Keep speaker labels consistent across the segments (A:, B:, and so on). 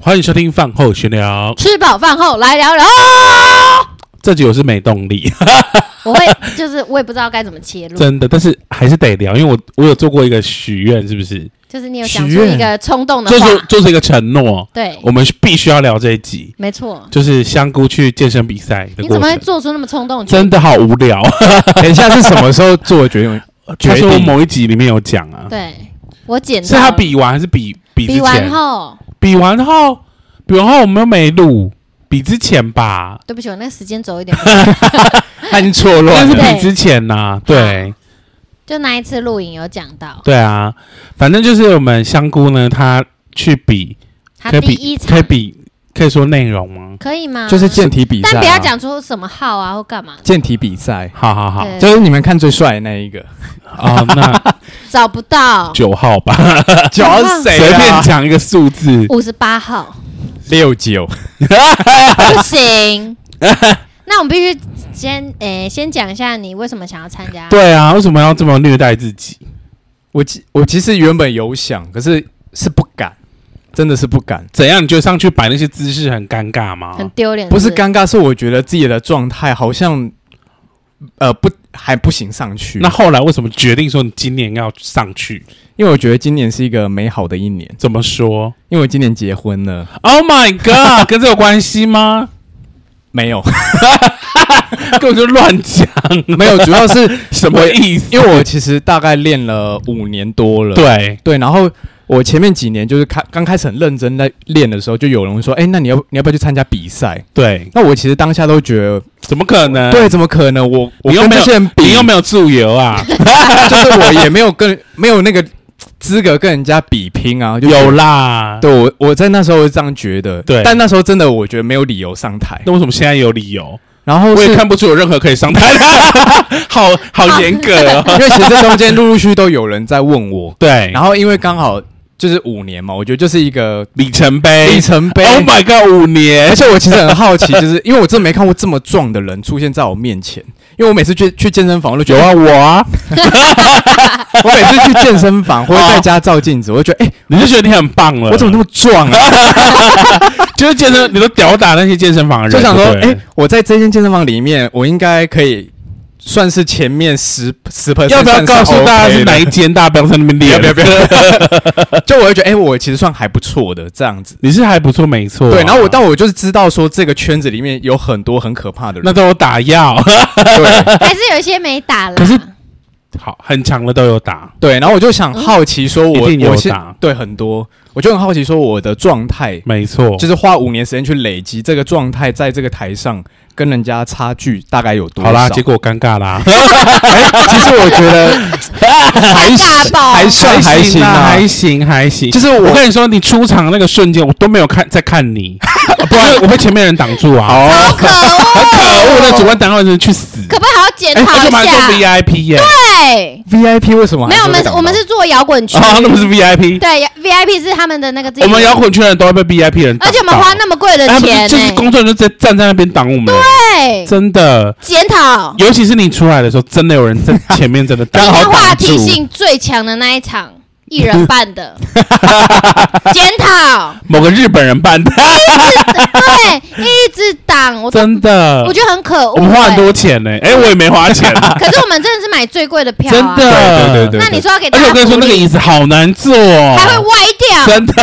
A: 欢迎收听饭后闲聊。
B: 吃饱饭后来 聊聊。
A: 这集我是没动 力，
B: 我会就是我也不知道该怎么切入，
A: 真的，但是还是得聊，因为我我有做过一个许愿，是不是？
B: 就是你有想
A: 许
B: 出
A: 愿
B: 一个冲动的
A: 做
B: 话，
A: 出做出一个承诺，
B: 对，
A: 我们必须要聊这一集，
B: 没错。
A: 就是香菇去健身比赛的
B: 你
A: 过
B: 怎么会
A: 程。
B: 做出那么冲动？
A: 真的好无 聊，
C: 等一下是什么时候做的决定？
A: 他
C: 决
A: 说
C: 定
A: 某一集里面有讲啊，
B: 对我剪到
A: 是他比完还是比比之
B: 比完
A: 前？
B: 后，
A: 比完后，比完后我们又没录，比之前吧，
B: 对不起，我那个时 间走一点，
C: 他已经错
A: 但
C: 乱
A: 是
C: 了。
A: 比之前呐、对
B: 就那一次录影有讲到，
A: 对啊，反正就是我们香菇呢，他去比，
B: 他
A: 可以
B: 第
A: 比
B: 一
A: 可以
B: 场
A: 比，可以说内容吗？
B: 可以吗？
C: 就是健体比赛啊、
B: 但不要讲出什么号啊或干嘛，
C: 健体比赛，
A: 好好好，
B: 对
C: 就是你们看最帅的那一 个，
A: 哦，那
B: 找不到
A: 九号吧，
C: 九是谁、啊？
A: 随便讲一个数 字，
B: 五十八号，
C: 六九，
B: 不行。那我们必须先诶、先讲一下你为什么想要参加。
A: 对啊，为什么要这么虐待自己？
C: 我其我其实原本有想，可是是不敢，真的是不敢。
A: 怎样？你觉得上去摆那些姿势很尴尬吗？
B: 很丢脸，
C: 不是
B: 刚。
C: 尴尬，是我觉得自己的状态好像，呃，不还不行上去。
A: 那后来为什么决定说你今年要上去？
C: 因为我觉得今年是一个美好的一年，
A: 怎么说
C: 因为我今年结婚了，
A: ？Oh my god，跟这有关系吗？
C: 没有
A: 根本就乱讲，
C: 没有，主要 是
A: 什么意思？
C: 因为我其实大概练了五年多了，
A: 对，
C: 对，然后我前面几年就是开刚开始很认真在练的时候，就有人说，哎、那你要你要不要去参加比赛？
A: 对，
C: 那我其实当下都觉得，
A: 怎么可能？
C: 对，怎么可能？我
A: 嗯
C: 我
A: 你又
C: 跟
A: 没
C: 这
A: 有
C: 些人比，
A: 你 又没有自由啊？
C: 就是我也没有跟没有那个资格跟人家比拼啊，就觉得
A: 有啦，
C: 对我，我在那时候是这样觉得，
A: 对
C: 但那时候真的我觉得没有理由上台，
A: 那为什么现在有理由？
C: 然后
A: 我
C: 是
A: 也 看不出有任何可以上台的，好好严格 哦。
C: 因为其实中间陆陆续续都有人在问 我，
A: 对，
C: 然后因为刚好就是五年嘛，我觉得就是一个
A: 里程碑
C: 里程碑。
A: ，Oh my god，五
C: 而
A: 年，
C: 且我其实很好奇，就是 因为我真的没看过这么壮的人出现在我面前，因为我每次去去健身房我都觉得啊我啊， 我每次去健身房或者在家照镜子，我就觉得哎、
A: 你就觉得你很棒了。
C: 我怎么那么壮啊？
A: 就是健身，你都吊打那些健身房的人，
C: 就想说
A: 嗯对
C: 哎、我在这间健身房里面，我应该可以算是前面十十 p e
A: 要不要告诉大家是哪一间？大家不要在那边
C: 不
A: 练
C: 要不要不要！ 就我会觉得，哎、我其实算还不错的这样子。
A: 你是还不错，没错啊。
C: 对，然后我但我就是知道说这个圈子里面有很多很可怕的
A: 那
C: 人，
A: 都有打药，
C: 对
B: 还是有一些没打啦。
A: 可是好，很长的都有打。
C: 对，然后我就想
B: 哦
C: 好奇说我，
A: 一定有
C: 我现
A: 打
C: 对很多，我就很好奇说我的状态，
A: 没错，
C: 就是花五年时间去累积这个状态，在这个台上跟人家差距大概有多少？
A: 好啦，结果尴尬 啦，
C: 其实我觉得 还
B: 尴尬爆
C: 还算还行
A: 啊
C: 啊
A: 还。行，还行。
C: 就 是
A: 我
C: 我
A: 跟你说，你出场的那个瞬间，我都没有看在看你，不然我被前面人挡住啊。好
B: 好可恶，
A: 可恶的主观挡到人去死。
B: 可不可以好好检
A: 哎，
B: 讨
A: 而且
B: 一
A: 我们还做
B: 下？
A: VIP 耶，
B: 对，
C: VIP 为什么还
B: 没有，我们
C: 被挡
B: 我们
C: 到
B: 是做摇滚区，
A: 哦，那不是 VIP，
B: 对，VIP 是他们的那个自己
A: 我
B: 的，
A: 们摇滚圈的人都会被 VIP 人挡到，
B: 而且我们花那么贵的
A: 哎他们
B: 钱
A: 就就是
B: 呢，
A: 工作人员就在站在那边挡我们，
B: 对，
A: 真的。
B: 检讨。
A: 尤其是你出来的时候，真的有人在前面真的 挡
C: 刚好
B: 他话
C: 挡
B: 题
C: 住
B: 性最强的那 一场，一人办的，检讨，
A: 某个日本人办的，
B: 对，一直挡， 我
A: 真的
B: 我。觉得很可恶。
A: 我们花很
B: 哎
A: 多钱呢，哎，我也没花 钱，
B: 可是我们真的是买最贵的票
A: 真
B: 啊，
A: 的。
C: 对对对对
B: 那你说要给大
A: 而且
B: 家
A: 我跟你说，
B: 福
A: 那个
B: 利
A: 椅子好难坐哦，
B: 还会歪 掉，
A: 真的，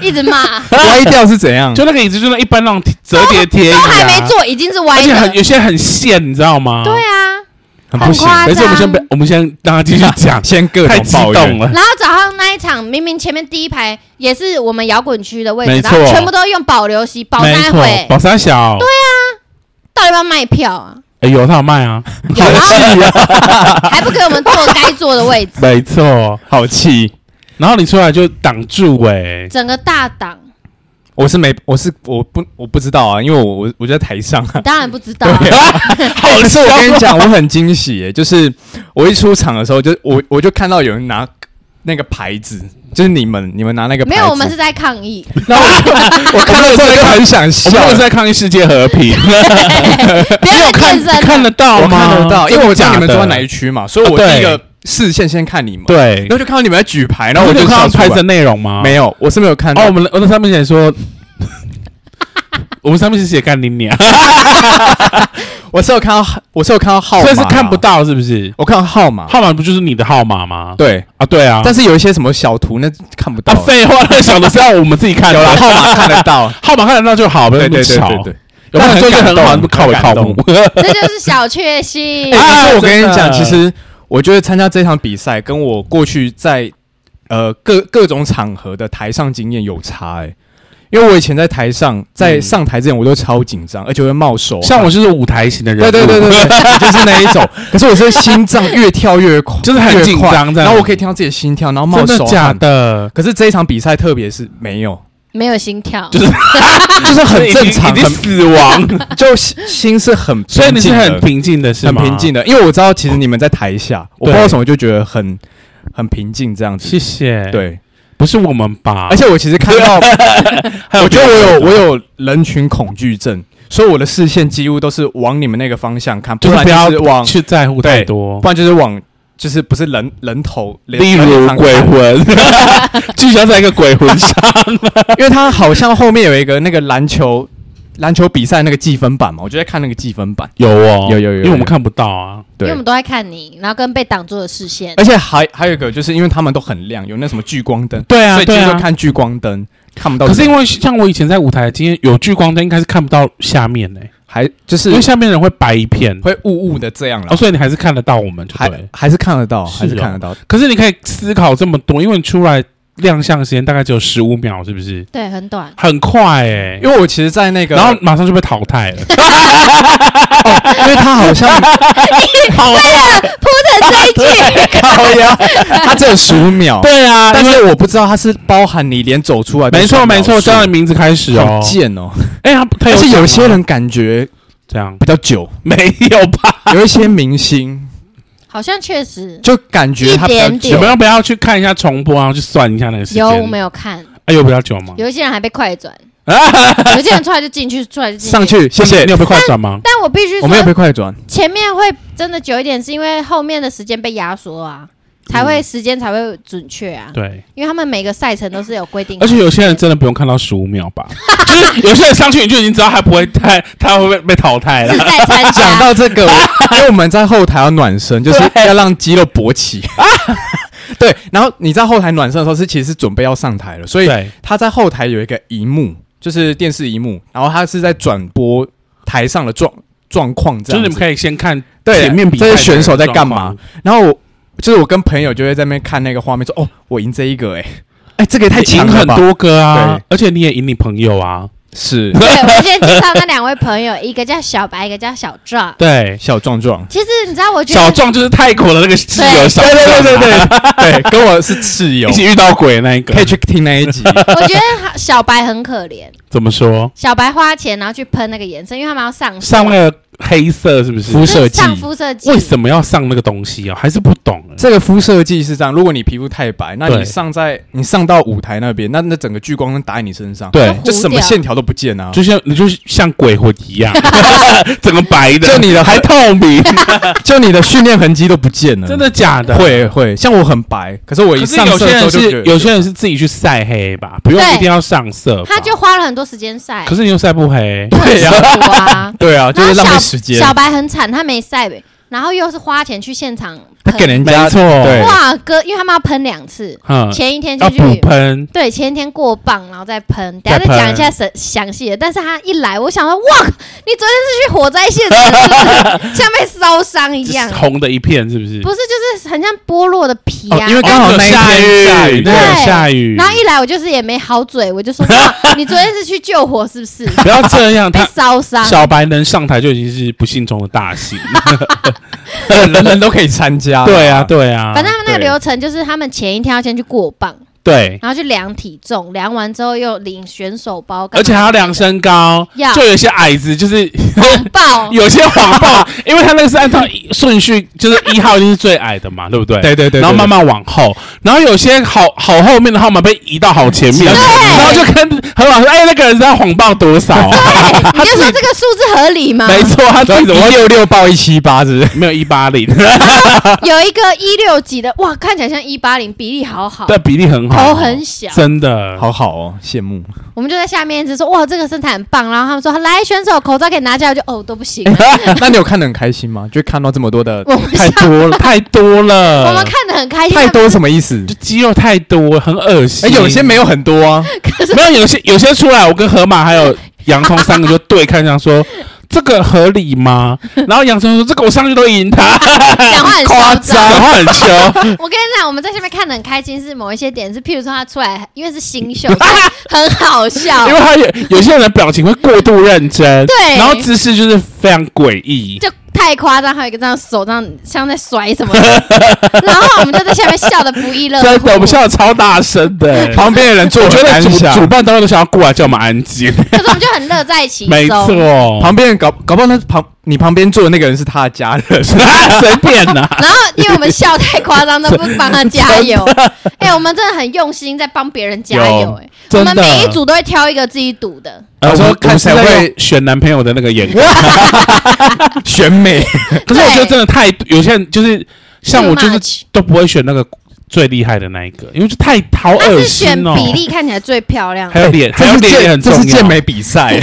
B: 一 直骂。
C: 歪掉是怎样？
A: 就那个椅子就那一般那种贴折叠贴椅
B: 都
A: 啊，
B: 还没做，已经是
A: 而
B: 歪
A: 且很有
B: 的。
A: 些很陷，你知道吗？
B: 对啊，
C: 很
B: 很
C: 不行。，
B: 夸
A: 没事，我们先不
B: 张，
A: 我们先让他继续讲
C: 先各
A: 太
C: 种
A: 激
C: 抱
A: 动
C: 怨，
A: 了。
B: 然后早上那一场，明明前面第一排也是我们摇滚区的位置
A: 没，错
B: 然后全部都用保留席，保
A: 没
B: 那
A: 错，
B: 回，
A: 宝山小，对，
B: 啊到底要不要卖票 啊？
A: 哎有他有卖啊，
B: 有啊， 还不给我们坐该坐的位置，
A: 没错。
C: 好气。
A: 然后你出来就挡住哎、
B: 整个大档，
C: 我是没，我是我不我不知道啊，因为我我我就在台上啊
B: 你。当然不知道。
A: 啊
C: 好，哎可是我跟你讲，我很惊喜耶！就是我一出场的时候，就我我就看到有人拿那个牌子，就是你们你们拿那个牌
B: 没
C: 子，
B: 有，我们是在抗议，
C: 然后我我看到这个很想笑
A: 我，们是在抗议世界和 平，
B: 不要再
A: 看
B: 健身
A: 看
B: 了。
A: 得到
C: 我
A: 吗？
C: 看得到，因为我知道
A: 真的
C: 你们
A: 假
C: 坐
A: 的
C: 在哪一区嘛，所以
A: 啊
C: 我
A: 对
C: 第一个视线先看你们，，
A: 对
C: 然，后就看到你们在举牌，然后我
A: 你
C: 就
A: 有看
C: 笑
A: 到
C: 出
A: 拍
C: 来
A: 成内容吗？
C: 没有，我是没有看到
A: 哦，我们我的上面写 说，我们上面是写干你娘，
C: 我是有看到，我是有看 到号码，
A: 所以是看不，到啊是不是？
C: 我看到号码，
A: 号码不就是你的号码吗？
C: 对，
A: 啊，对啊，
C: 但是有一些什么小图那看不到
A: 啊，，废啊话，那小的是要我们自己看
C: 有
A: 的，
C: 了号码看得到，
A: 号码看得到就好，不要
C: 对
A: 那么
C: 对对
A: 吵。
C: 对对。
A: 有没有做就很好，你不靠
C: 很
A: 我
C: 感
A: 靠
C: 动
A: 谱。
B: 这就是小确幸
C: 哎、。
A: 啊
C: 可是我跟
A: 真
C: 你
A: 的
C: 讲，其实我觉得参加这场比赛，跟我过去在呃各各种场合的台上经验有差哎、因为我以前在台上，在
A: 嗯
C: 上台之前我都超紧张，而且会冒手汗。啊
A: 像我就是舞台型的人，
C: 对对对对对， 我就是那一种。可是我是心脏越跳越快，
A: 就是很
C: 越
A: 紧
C: 快
A: 张这样
C: 然后我可以听到自己的心跳，然后冒
A: 真
C: 手
A: 的假
C: 汗。
A: 的？
C: 可是这一场比赛，特别是 没有，
B: 没有心跳，
A: 就是
C: 就是很正 常，
A: 已经
C: 很
A: 死亡，
C: 就心心是很平
A: 所
C: 静的，
A: 以你是很平静的，是
C: 很
A: 吗？
C: 平静。的，因为我知道其实你们在台下，我不知道为什么就觉得很很平静这样子
A: 谢。谢。，
C: 对，
A: 不是我们吧？
C: 而且我其实看 到，啊我觉得我有
A: 别
C: 我有人群恐惧症，所以我的视线几乎都是往你们那个方向看，
A: 就
C: 不
A: 是
C: 然
A: 不要
C: 就是往，
A: 去在乎太多
C: 不。然就是往，就是不是人人头，
A: 例
C: 人
A: 如
C: 人
A: 鬼
C: 看，
A: 魂， 聚焦在一个鬼魂上。
C: 因为他好像后面有一个那个篮球篮球比赛那个计分板嘛，我就在看那个计分板，
A: 有哦，
C: 有有有有
A: 因为我们看不到啊。
B: 因为
C: 对
B: 我。们都在看你，然后跟被挡住的视线。
C: 而且还还有一个，就是因为他们都很亮，有那什么聚光灯，
A: 对啊
C: 所以就
A: 对啊
C: 是看聚光灯看不到
A: 可
C: 人。
A: 是因为像我以前在舞台的经验，有聚光灯应该是看不到下面呢，欸
C: 还就是
A: 因为下面人会白一片。
C: 会雾雾的这样了
A: 哦，，所以你还是看得到我们，就
C: 还
A: 对。
C: 还是看得到，
A: 是哦
C: 还是看得到。
A: 可是你可以思考这么多，因为你出来亮相时间大概只有十五秒，是不是？
B: 对，很短。
A: 很快哎、
C: 因为我其实，在那个，
A: 然后马上就被淘汰了。
C: 因为他 好像好
B: 啊铺成这 一句，
C: 高呀，他只有十五秒，
A: 对啊
C: 但是我不知道他是包含你连走出来都
A: 没错
C: 算秒
A: 没错，
C: 数
A: 叫你名字开始
C: 好
A: 哦。
C: 贱哦。
A: 哎、他他
C: 但
A: 有
C: 是有些
A: 讲吗
C: 人感觉
A: 这 样
C: 比较久，
A: 没有吧？
C: 有一些明星
B: 好像确实
C: 就感觉他比较
B: 一点
C: 久
B: 点
A: 你们要不要去看一下重播，然后去算一下那个时间？
B: 有我们有看，
C: 嗯
A: 哎，有比较久吗？
B: 有一些人还被快 转，有一些人出来就进去，出来就进
C: 上。去，谢谢
A: 你。有被快转吗？
B: 但我必须
C: 我没有
B: 说，
C: 被快转，
B: 前面会真的久一点，是因为后面的时间被压缩啊，才会时间才会准确啊。
A: 对，
B: 因为他们每个赛程都是有规定的，
A: 而且有些人真的不用看到十五秒吧， 就是有些人上去你就已经知道他不会太，他会被被淘汰
B: 自
A: 了。
B: 在参
C: 讲
B: 加。
C: 到这个， 我因为我们在后台要暖身，就是要让肌肉勃 起。对，然后你在后台暖身的时候，是其实是准备要上台了，所以
A: 对，
C: 他在后台有一个荧幕，就是电视荧幕，然后他是在转播台上的状状况，
A: 就
C: 这
A: 是
C: 样
A: 你
C: 子。
A: 们可以先看
C: 对
A: 前面比赛
C: 这
A: 的
C: 些选手在干嘛
A: 状况？？
C: 然后我就是我跟朋友就会在那边看那个画面，说：“哦，我赢这一个、欸，哎，哎，这个也太
A: 赢
C: 强了
A: 很
C: 吧！”
A: 多个啊，而且你也赢你朋友啊，
C: 是
B: 对，我先介绍那两位朋友， 一个叫小白，一个叫小壮。
A: 对。
C: 小壮壮，
B: 其实你知道，我觉
A: 小
B: 得
A: 壮就是泰国的那个室友，
B: 对
A: 小壮啊
C: 对对对对，跟我是室友
A: 一，起遇到鬼那一个
C: 可，以去听那一集。
B: 我觉得小白很可怜，
A: 怎么说？
B: 小白花钱然后去喷那个颜色，因为他们要上色
A: 上那个黑色是不是？
C: 肤
B: 就是
C: 色剂，
B: 上肤色剂，
A: 为什么要上那个东西啊？还是不懂欸
C: 这个肤色剂是这样，如果你皮肤太白，那
A: 对
C: 你上在你上到舞台那边，那那整个聚光灯打在你身上，
A: 对
C: 就什么线条都不见啊，
A: 就像你就像鬼魂一 样，整个白的，
C: 就你的
A: 还透明，
C: 就你的训练痕迹都不见了，
A: 真的假 的？。
C: 会会，像我很白，可是我一
A: 可是
C: 上
A: 有
C: 色
A: 些
C: 之
A: 人
C: 后就觉
A: 是
C: 得
A: 有些人是自己去晒黑吧，不用
B: 对
A: 一定要上色吧。
B: 他就花了很多时间晒，
A: 可是你又晒不黑，
B: 就很
C: 对
B: 辛
C: 呀。
B: 苦啊
C: 对啊， 就是
B: 然后
C: 浪费
B: 小
C: 时间，
B: 小白很惨，他没晒，然后又是花钱去现场
C: 他给
B: 喷，
C: 人
A: 没
C: 家
A: 错，
C: 对
B: 哇哥，因为他们要喷两次，
A: 嗯，
B: 前一天
A: 要
B: 就
A: 补
B: 去。
A: 喷，
B: 对，前一天过磅，然后再喷，等下
A: 再
B: 再
A: 喷
B: 讲一下详详细的。但是他一来，我想说，哇，你昨天是去火灾现 场，是不是像被烧伤一样
A: 就是？红的一片是不是？
B: 不是，就是很像剥落的皮
C: 哦
B: 啊。
C: 因为刚好那一天
A: 下雨，
C: 下雨
A: 对，
B: 对
A: 下雨
B: 然。后一来我就是也没好嘴，我就说哇，你昨天是去救火是不是？
A: 不要这 样，
B: 被
A: 他
B: 烧伤。
A: 小白能上台就已经是不幸中的大幸。
C: 人人都可以参加，
A: 对啊，，对啊，
B: 反正他们那个
C: 对
B: 流程就是，他们前一天要先去过磅，
A: 对，
B: 然后去量体重，量完之后又领选手包，干
A: 而
B: 嘛
A: 且还要量身高，
B: 要
A: 就有一些矮子就是
B: 谎 报
A: 有些谎 报，因为他那个是按照一顺序，就是一号一定是最矮的嘛，对不对？
C: 对对对对
A: 然后慢慢往后，然后有些好好后面的号码被移到好前面，
B: 对
A: 然后就跟何老师，哎，那个人在谎报多 少啊？
B: 对，你就说这个数字合理吗？
A: 没错，他自己怎么
C: 六六报一七八 是不是？
A: 没有一八零？
B: 有一个一六几的，哇，看起来像一八零，比例好好，
A: 对，比例很好，
B: 头很小。
A: 真的。
C: 好好哦，羡 慕。
B: 我们就在下面一直说，哇，这个身材很棒。然后他们说，来，选手口罩可以拿下来，我就哦都不行 了。
C: 那你有看得很开心吗？就看到这么多的，
B: 我们
A: 太多了，太多了。
B: 我们看得很开心，
C: 太多什么意思
A: 就？肌肉太多，很恶心。
C: 哎，有些没有很多啊，
A: 没有，有些有些出来，我跟河马还有洋葱三个就对看，想 说这个合理吗？然后洋葱说这个我上去都赢 他，
B: 讲话很嚣张。
A: 然后很凶，
B: 我跟你讲，我们在下面看得很开心，是某一些点是，譬如说他出来，因为是新 秀，所以很好笑
A: 因，为他有有些人的表情会过度认真，
B: 对
A: 然后姿势就是非常诡异。
B: 就太夸张。还有一个这样手这样像在甩什么 的，然后我们就在下面笑得不亦乐
A: 真
B: 乎
A: 的，我。们笑得超大声的，
C: 旁边的人坐
A: 我觉
C: 很
A: 得
C: 安
A: 主主
C: 详，
A: 办单位都想要过来叫我们安 静，
B: 可是我们就很乐在其中，
A: 没错，
C: 旁边人搞搞不好那旁你旁边坐的那个人是他的家 人，
A: 随便 呐，
B: 然后因为我们笑太夸张，都不帮他 加油。哎、我们真的很用心在帮别人加油、
A: 有
B: 哎，我
A: 真的
B: 们每一组都会挑一个自己赌的，
A: 我
C: 呃我说
A: 说
C: 看
A: 看
C: 谁
A: 谁会
C: 会
A: 选男朋友的那个眼光。
C: 选美，
A: 可是我觉得
B: 对
A: 真的太有些人就是像我就
B: Too
A: 是
B: much
A: 都不会选那个最厉害的那一个，因为就太好
B: 他
A: 恶
B: 是
A: 心
B: 选
A: 哦。
B: 比例看起来最漂亮
A: 还。有脸，还
C: 这
A: 有
C: 是
A: 脸也
C: 健
A: 很
C: 这
A: 重要。
C: 是健美比 赛，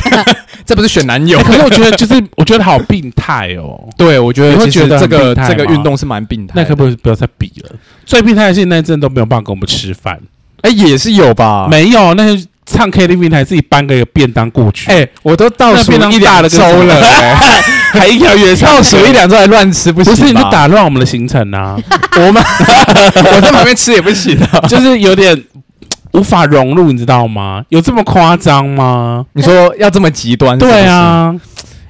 C: 这不是选男友
A: 欸。可是我觉得就是我觉得好病态哦。
C: 对，我觉
A: 你
C: 得
A: 会
C: 其实
A: 觉得
C: 这
A: 很病
C: 个
A: 态
C: 这个
A: 吗
C: 运动是蛮病态
A: 那
C: 的。
A: 可不可以不要再比了？最病态的是那阵都没有办法跟我们吃饭，
C: 哎也是有吧？
A: 没有，啊那就唱 KTV 台自己搬个便当过去，
C: 哎，我都倒
A: 那
C: 数
A: 便当
C: 一
A: 大
C: 两
A: 了
C: 周
A: 跟什么
C: 了，哎
A: 还一条原
C: 倒数一，两周还乱吃不行
A: 不
C: 吧？
A: 是你就 打乱我们的行程 啊，
C: 我们，我在旁边吃也不行啊。
A: 就是有点无法融入，你知道吗？有这么夸张吗？
C: 你说要这么极端？
A: 对，啊，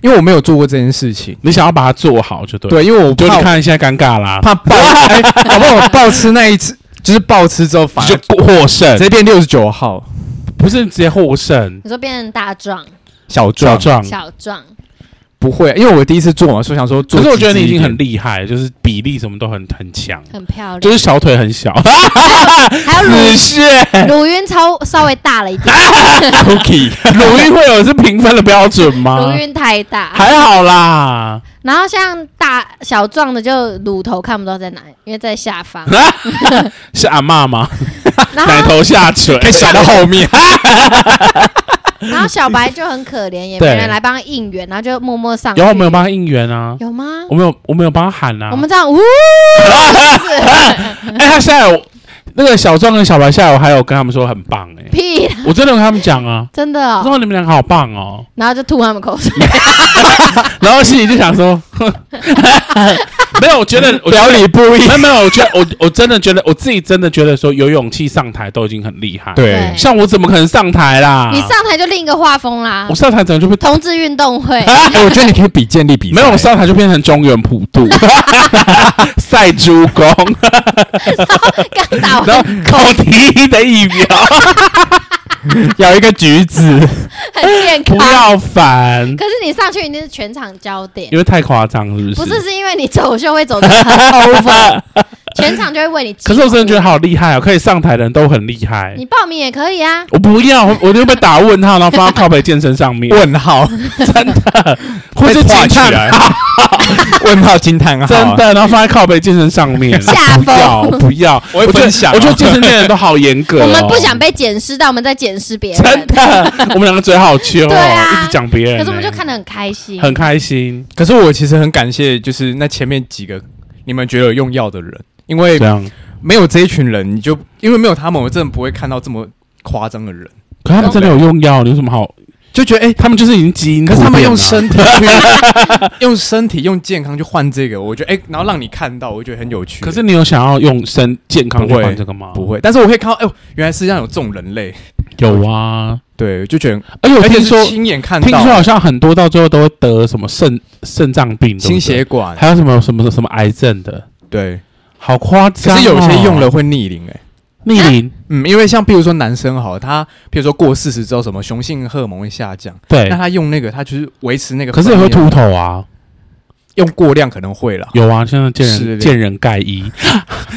C: 因为我没有做过这件事情。
A: 你想要把它做好就对了。
C: 对，因为我
A: 就
C: 怕
A: 你看现在尴尬啦，
C: 怕暴，哎，搞不好我暴吃那一次，就是暴吃之后反而
A: 就获胜
C: 直，接变六十九号
A: 不是直接获胜，
B: 你说变成大壮、
C: 小
A: 小
C: 壮。
A: 壮。
B: 小壮，
C: 不会，因为我第一次做嘛，所以想说做。
A: 可是我觉得你已经很，厉害，就是比例什么都很很强，啊
B: 很漂亮，
A: 就是小腿很小，
B: 还有
A: 只
B: 乳
A: 是
B: 乳晕超稍微大了一点，
A: 啊 Cookie 乳晕会有是评分的标准
B: 乳
A: 吗？
B: 晕太大。
A: 还好啦，
B: 然后像大小壮的就乳头看不到在哪，因为在 下方。
A: 是阿嬷吗？
B: 然
A: 奶
B: 后
A: 头下垂，
C: 可以想到 后面，
B: 然后小白就很可怜，也没
A: 对
B: 人来帮他应援，然后就默默上去。
A: 然后我们有帮他应援啊，
B: 有吗？
A: 我们有我们有帮他喊啊
B: 我，们这样呜，
A: 哎，他下午那个小壮跟小白下午还有跟他们说很棒 哎，
B: 屁啦，
A: 我真的有跟他们讲啊，
B: 真的
A: 我
B: 哦、
A: 说你们两个好棒哦，
B: 然后就吐他们口水，
A: 然后心里就想说，哼 没有，我觉 得我觉得
C: 表里不一
A: 没。有没有，我觉得我我真的觉得我自己真的觉得说有勇气上台都已经很厉害。，
C: 对，
A: 像我怎么可能上台啦？
B: 你上台就另一个画风啦
A: 啊我。上台怎么就被
B: 同志运 动会，
C: 哎我觉得你可以比建立比赛
A: 没有，我 上台就变成中原普 渡赛猪公，
B: 刚打
A: 然后
B: 完
A: 口蹄疫的疫苗，
C: 咬一个橘子，
B: 很健
A: 不
B: 康，
A: 要烦，
B: 可是你上去一定是全场焦点
A: 因，为太夸张是不是？
B: 不是是因为你走秀会走的很 over，全场就会为你。
A: 可是我真的觉得，好厉害哦，可以上台的人都很厉害
B: 你。报名也可以啊，
A: 我不要，我就被打问号，然后放到靠北健身上面，
C: 问 号，
A: 或 者
C: 被画
A: 惊
C: 起
A: 叹
C: 来，问号惊叹号，
A: 啊真，的，然后放在靠背健身上面，
B: 下
A: 不要
B: 风
A: 不要，
C: 我会
A: 觉
C: 分
A: 得
C: 享哦
A: 我觉得健身的人都好严格、哦，
B: 我们不想被检视到，我们在检视别
A: 真
B: 人，
A: 的，我们两个嘴好秋、哦，
B: 对啊
A: 一直讲别人、
B: 可是我们就看得很开心
A: 欸。很开心，
C: 可是我其实很感谢，就是那前面几个你们觉得有用药的人，因为
A: 这样。
C: 没有这一群人，你就因为没有他们，我真的不会看到这么夸张的人，
A: 可他们真的有用药，有什么好？
C: 就觉得哎、
A: 他们就是已经基因突变啊了，
C: 可是他们用身体去 用身体用健康去换这个，我觉得哎、然后让你看到，我觉得很有趣。
A: 可是你有想要用身健康去
C: 不会
A: 换这个吗？
C: 不会，但是我会看到，哎、呦，原来世界上有这种人类，
A: 有啊，
C: 对，就觉得
A: 而且我
C: 而且
A: 听
C: 是
A: 说，
C: 亲眼看
A: 听
C: 到
A: 说好像很多到最后都会得什么肾肾脏病、对不对
C: 心血，管，
A: 还有什么什么什么癌症的，
C: 对，
A: 好夸
C: 可
A: 张、哦。
C: 是有些用了会逆龄、哎，
A: 逆龄，
C: 嗯，因为像譬如说男生好了，他譬如说过四十之后，什么雄性荷尔蒙会下降，
A: 对
C: 那，他用那个，他哎就是维持那个
A: 可
C: 分泌
A: 是
C: 的，
A: 也会秃头啊，
C: 用过量可能会了。
A: 有啊，现在见
C: 是
A: 人见人盖 衣，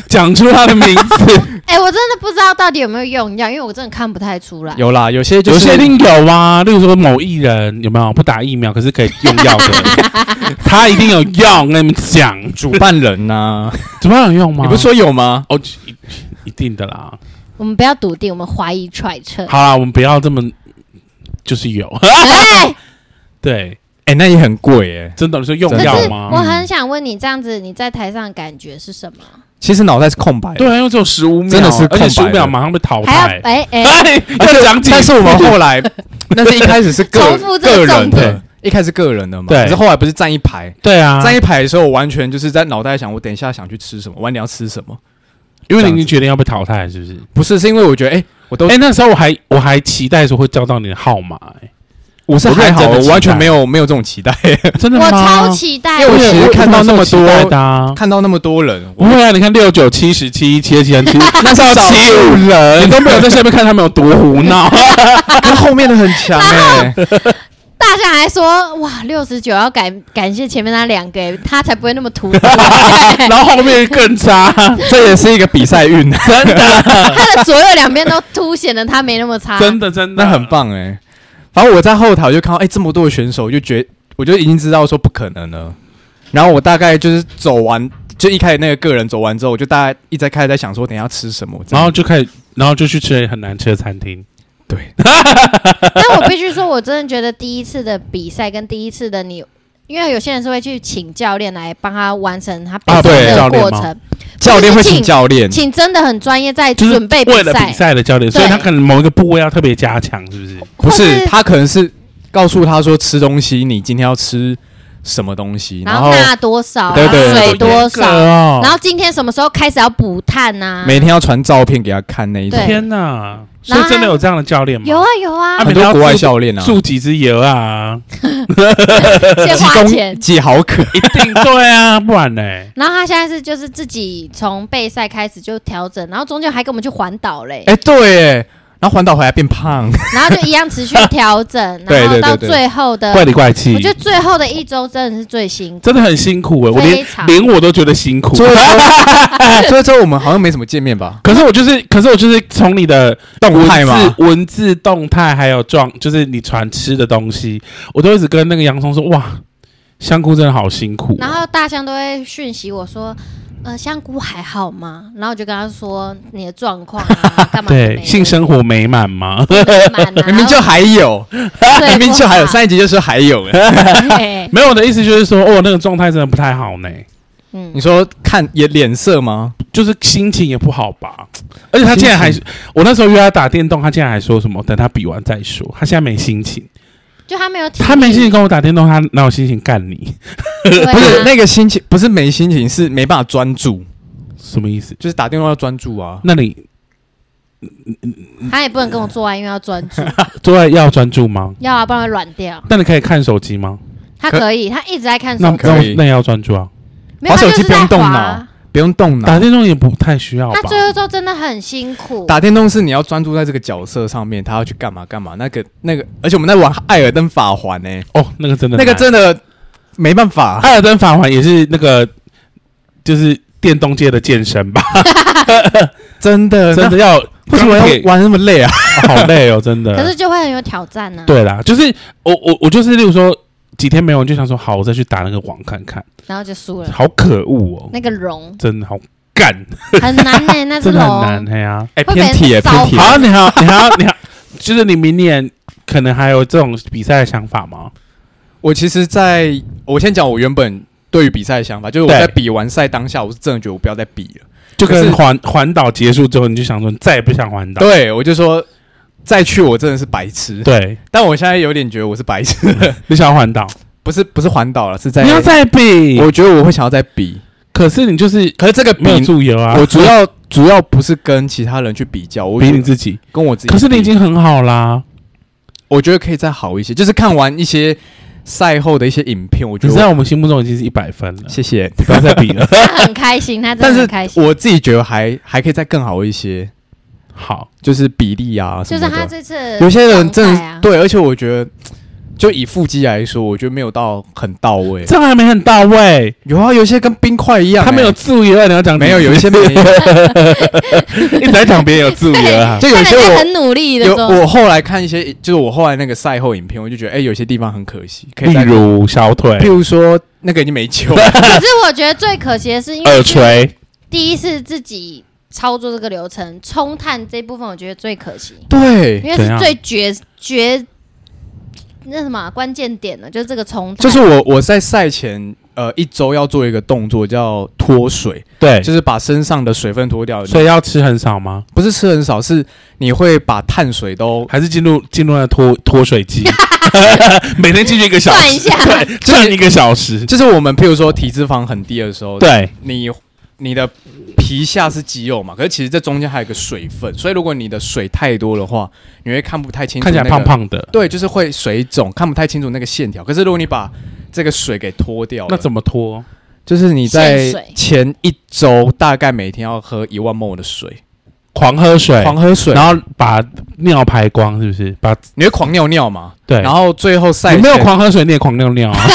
A: 讲出他的名 字，
B: 哎、我真的不知道到底有没有用药，因为我真的看不太出来。
C: 有啦，有些就
A: 有
C: 是
A: 些一定有啊，例如说某艺人有没有不打疫苗，可是可以用药 的，他一定有用，跟你们讲，
C: 主办人呐、
A: 怎么样有用吗？
C: 你不是说有吗？
A: 哦，一一定的啦。
B: 我们不要笃定，我们怀疑揣测。
A: 好啦，我们不要这么，就是有，
B: 哎，
A: 对，
C: 哎、那也很贵哎、
A: 真的你说用
B: 可
C: 真的
A: 药
B: 是
A: 吗？
B: 我很想问你，这样子你在台上的感觉是什么？
C: 其实脑袋是空白的。
A: 对啊，因为只有十五秒，
C: 真的是
A: 而
C: 空
A: 且
C: 白的
A: 十五秒马上被淘
B: 还要
A: 汰。
B: 哎哎、
A: 哎，
C: 而且
A: 要讲几次？
C: 啊但是我们后来， 那是一开始是 个
B: 重复这个
C: 个
B: 重
C: 人
A: 点
C: 的，一开始个人的嘛。
A: 对
C: 可是后来不是站一排，
A: 对啊，
C: 站一排的时候，我完全就是在脑袋想，我等一下想去吃什么，晚点要吃什么。
A: 因为
C: 这
A: 你已
C: 样
A: 经决定要被淘汰了，是不是？
C: 不是，是因为我觉得，哎、我都
A: 哎、那时候我还我还期待说会叫到你的号码、 欸，
C: 我是
A: 我认
C: 还好，
A: 真地
C: 我
A: 期
C: 完全
A: 待
C: 没有没有这种期 待。
A: 真的吗？
B: 我超期待
C: 因为
A: 对，
C: 我其实看到那么多
A: 我超期待的啊
C: 看到那么多 人，
A: 不会啊，你看六九七十七七二七 三七，那是要
C: 少
A: 七五 人，你都没有在下面看他们有多胡闹。
C: 跟后面的很强哎、
B: 大象还说哇，六十九要感感谢前面那两个、他才不会那么 突兀。
A: 然后后面更差，
C: 这也是一个比赛运，
A: 真的，
B: 他的左右两边都凸显了他没那么差。
A: 真的，真的，
C: 那很棒哎、反正我在后台我就看到，哎、这么多的选手，我就觉我就已经知道说不可能了。然后我大概就是走完，就一开始那个个人走完之后，我就大概一直在开始在想说，等一下吃什么。
A: 然后就开始，然后就去吃了很难吃的餐 厅。
C: 对，
B: 但我必须说，我真的觉得第一次的比赛跟第一次的你，因为有些人是会去请教练来帮他完成他比赛
C: 对
B: 的
A: 啊教练
B: 过
A: 吗
B: 程，
C: 教练会请教练，
B: 请真的很专业在
A: 就是
B: 准备
A: 为了比
B: 赛，
A: 赛的教练，所以
B: 对
A: 他可能某一个部位要特别加强，是不是？
B: 或
C: 不是
B: 是
C: 他可能是告诉他说吃东西，你今天要吃什么东西，
B: 然
C: 然
B: 后
C: 后
B: 钠多少，
C: 对对
B: 水多
A: 好严格
B: 少，
A: 哦
B: 然后今天什么时候开始要补碳啊？
C: 每天要传照片给他看那一种
B: 对，
A: 天哪！所
B: 然后
A: 以真的有这样的教练吗？
B: 有啊有啊
A: 啊，
C: 很多国外教练啊，
A: 住几只油啊？
B: 先
C: 几
B: 花
C: 公
B: 钱。
C: 几毫 克，
A: 一定对啊， 不然呢？
B: 然后他现在是就是自己从备赛开始就调整，然后中间还跟我们去环岛嘞，
C: 哎、对耶，然后环岛回来变胖，
B: 然后就一样持 续调整，
C: 对
B: 然后
C: 对对
B: 到
C: 对
B: 最后的
A: 怪里怪气
B: 我，觉得最后的一周真的是最辛苦，
A: 真的很辛苦哎，我连
B: 非常
A: 连我都觉得辛苦。
C: 所以说， 所以说我们好像没什么见面吧？
A: 可是我就是，可是我就是从你的
C: 动
A: 文
C: 态嘛
A: 字、文字动态，还有状，就是你传吃的东西，我都一直跟那个洋葱说，哇，香菇真的好辛苦哦。
B: 然后大象都会讯息我说。呃，香菇还好吗？然后我就跟他说你的状况 啊，干嘛之类
A: 对
B: 的
A: 性生活美满吗？
B: 满啊
C: 明明就还 有，
B: 对
C: 明明就还有，
B: 不好
C: 上一集就是还有。
B: 对
A: 没有，我的意思就是说，哦，那个状态真的不太好呢，
B: 嗯
C: 你，说看也脸色吗？
A: 就是心情也不好吧。而且他竟然还
C: 心，
A: 我那时候约他打电动，他竟然还说什么等他比完再说，他现在没心情，
B: 就他没有体力，
A: 他没心情跟我打电动，他哪有心情干你？
B: 对啊
C: 不是那个心情，不是没心情，是没办法专注，
A: 什么意思？
C: 就是打电话要专注啊。
A: 那你
B: 他也不能跟我做爱，因为要专注，
A: 做爱要专注吗？
B: 要啊，不然会软掉。
A: 那你可以看手机吗？
B: 他
C: 可
B: 可以，他一直在看
A: 那
B: 手机，
A: 那
C: 嗯可以
A: 那也要专注啊。
B: 没有
C: 滑
B: 他
C: 手
B: 就是
C: 机不
B: 在
C: 用动
B: 滑
C: 脑
B: 啊。
C: 不用动脑
A: 打，电动也不太需要
B: 他
A: 吧？
B: 最后一周真的很辛苦，
C: 打电动是你要专注在这个角色上面，他要去干嘛干嘛。那个那个，而且我们在玩《艾尔登法环》呢，
A: 哦，那个真的
C: 那
A: 难，
C: 个真的没办法，
A: 艾尔登法环也是那个，就是电动界的健身 吧，
C: 真的
A: 真的要
C: 那为什么要
A: 钢铁
C: 玩那么累啊？
A: 好累哦，真 的。
B: 可是就会很有挑战啊呢。
A: 对啦，就是我我我就是，例如说几天没有，我就想说好，我再去打那个网看看，
B: 然后就输了，
A: 好可恶哦，
B: 那个 龙
A: 真的好干，
B: 很难呢，那只
A: 啊真的
B: 龙
A: 很难，嘿啊。
C: 哎，
B: 会被
C: 偏
B: 人
C: 题耶，
B: 骚
C: 偏题
B: 对
C: 耶。
A: 好，啊你还要你还要你还，就是你明年可能还有这种比赛的想法吗？
C: 我其实在，我先讲我原本对于比赛的想法，就是我
A: 对
C: 在比完赛当下，我是真的觉得我不要再比了。
A: 就
C: 可是
A: 跟环环岛结束之后，你就想说你再也不想环岛，
C: 对，我就说再去我真的是白痴。
A: 对，
C: 但我现在有点觉得我是白痴，
A: 你想要环岛，
C: 不是不是环岛了，是在
A: 你要再比，
C: 我觉得我会想要再比，
A: 可是你就是
C: 可是这个比
A: 没有注油啊，
C: 我主要主要不是跟其他人去比较，我
A: 比
C: 觉
A: 你
C: 得
A: 自己，
C: 跟我自己比。
A: 可是你已经很好啦，
C: 我觉得可以再好一些，就是看完一些赛后的一些影片，我觉
A: 你
C: 得
A: 在
C: 我
A: 我们心目中已经是一百分了，
C: 谢谢。
A: 不要再比了。
B: 他很开心，他真
C: 但
B: 的
C: 是
B: 很开心。
C: 我自己觉得还还可以再更好一些，
A: 好，
C: 就是比例啊
B: 就
C: 什么
B: 是
C: 的。
B: 他这次
C: 有些人真
B: 状
C: 的、
B: 态啊
C: 对，而且我觉得，就以腹肌来说，我觉得没有到很到位。
A: 这还没很到位，
C: 有啊，有些跟冰块一样欸、
A: 他哎们有自无娱乐，你要讲
C: 没有？有一些没 有。
A: 一直在讲别人有自 无娱乐啊，
C: 就有
B: 看
C: 些
B: 人家
C: 我
B: 很努力的
C: 有，
B: 时候，
C: 我后来看一些，就是我后来那个赛后影片，我就觉得，哎、有些地方很可惜，可以
A: 例
C: 再，
A: 如小腿、
C: 譬如说那个已经没 救 了，
B: 可是我觉得最可惜的是，因
A: 耳
B: 为
A: 垂，
B: 第一次自己操作这个流程，冲碳这部分我觉得最可惜，
C: 对，
B: 因为
A: 怎
B: 是
A: 样
B: 最绝绝那什么啊关键点了，就是这个冲碳，
C: 就是我我在赛前呃一周要做一个动作叫脱水，
A: 对，
C: 就是把身上的水分脱掉，
A: 所以要吃很少吗？
C: 不是吃很少，是你会把碳 水都
A: 还是进入进入那脱脱水 机，每天进去一个小
B: 算一
A: 时，
B: 下，
A: 对，站一个小时，
C: 就是我们譬如说体脂肪很低的时候，，
A: 对，
C: 你你的皮下是肌肉嘛，可是其实这中间还有一个水分，所以如果你的水太多的话，你会看不太清楚、
A: 看起来胖，胖的，
C: 对，就是会水肿，看不太清楚那个线条。可是如果你把这个水给脱掉了，
A: 那怎么脱？
C: 就是你在
B: 限水
C: 前一周大概每天要喝一万 ml 的水，
A: 狂喝水，
C: 狂喝水，
A: 然后把尿排光，是不是？把
C: 你会狂尿尿嘛？
A: 对，
C: 然后最后赛
A: 你没有
C: 前
A: 狂喝水，你也狂尿尿 啊！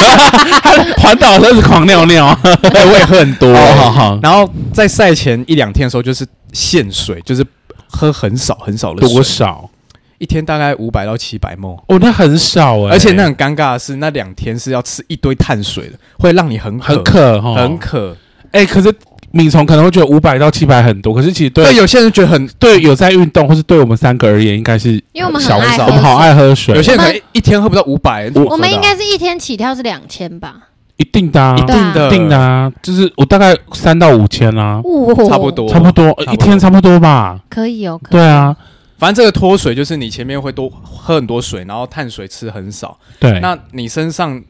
A: 环岛都是狂尿尿， 哎我也喝很多
C: 哦
A: 好好
C: 然后在赛前一两天的时候，就是限水，就是喝很少很少的
A: 多
C: 水，
A: 少？
C: 一天大概五百到七百 ml。
A: 哦，那很少哎，
C: 而且那很尴尬的是，那两天是要吃一堆碳水的，会让你很
A: 很
C: 渴，
A: 渴哦哈，
C: 很渴。
A: 哎，可是敏从可能会觉得五百到七百很多，可是其实
C: 对，
A: 对
C: 有些人觉得很，
A: 对有在运动，或是对我们三个而言，应该是
B: 因为我们很
A: 小
B: 爱
A: 少
B: 喝
A: 我们好
B: 水
A: 爱喝水，
C: 有些人可能一天喝不到啊五百，
A: 我
B: 我们应该是一天起跳是两千吧，
A: 一定的啊，
C: 一定的，
A: 一定的，啊，就是我大概三到五千啦，
B: 哦
C: 差不多，
A: 差不多呃
C: 差不多
A: 一天差不多吧。
B: 可以哦，可以
A: 对啊，
C: 反正这个脱水就是你前面会多喝很多水，然后碳水吃很少，
A: 对，
C: 那你身上。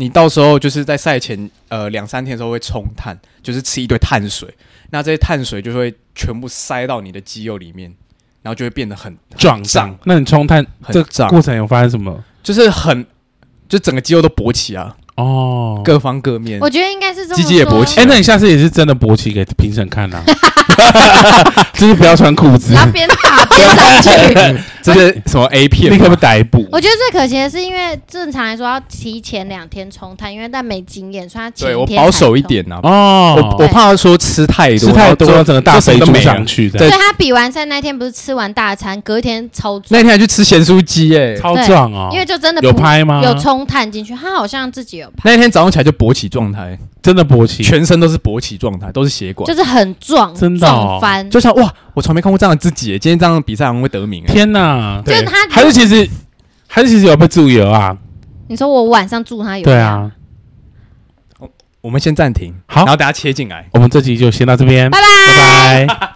C: 你到时候就是在赛前呃两三天的时候会冲碳，就是吃一堆碳水，那这些碳水就会全部塞到你的肌肉里面，然后就会变得很
A: 胀
C: 胀，
A: 那你冲碳
C: 很
A: 这
C: 胀
A: 过程有发生什么？
C: 就是很就整个肌肉都勃起啊，
A: 哦，
C: 各方各面。
B: 我觉得应该是这么
C: 鸡鸡也
B: 说
C: 勃起
A: 哎，那你下次也是真的勃起给评审看 啊，就是不要穿裤子
B: 然，后边打边上去。
C: 这是什么
B: 哎
C: A 片
A: 立
C: 吗？
A: 刻被逮捕。
B: 我觉得最可惜的是，因为正常来说要提前两天冲碳，因为但没经验，所以他前一
C: 对
B: 天
C: 我
B: 才
C: 保守一
B: 冲，
C: 点啊，
A: 哦，
C: 我我怕说吃太多，
A: 吃太多
C: 然后
A: 了，
C: 就
A: 整个大
C: 就什
A: 肥
C: 么都
A: 猪
C: 没
A: 上
C: 了。
A: 去的，
B: 所
C: 对
B: 以他比完赛那天不是吃完大餐，隔天超重，
C: 那天还去吃咸酥鸡哎，
A: 超壮哦，
B: 因为就真的
A: 有
B: 不
A: 拍吗？
B: 有冲碳进去，他好像自己有拍，
C: 那天早上起来就勃起状态，
A: 真的勃起，
C: 全身都是勃起状态，都是血管，
B: 就是很壮，
A: 真的哦
B: 撞翻，
C: 就像哇，我从没看过这样的自己耶，今天这样的比赛好像会得名哎，
A: 天哪！
B: 就是他
A: 还是其实还是其实有被注意了啊？
B: 你说我晚上住他有
A: 对，啊，
C: 我们先暂停，
A: 好
C: 然后大家切进来。
A: 我们这集就先到这边，
B: 拜
A: 拜
B: 拜。
A: 拜。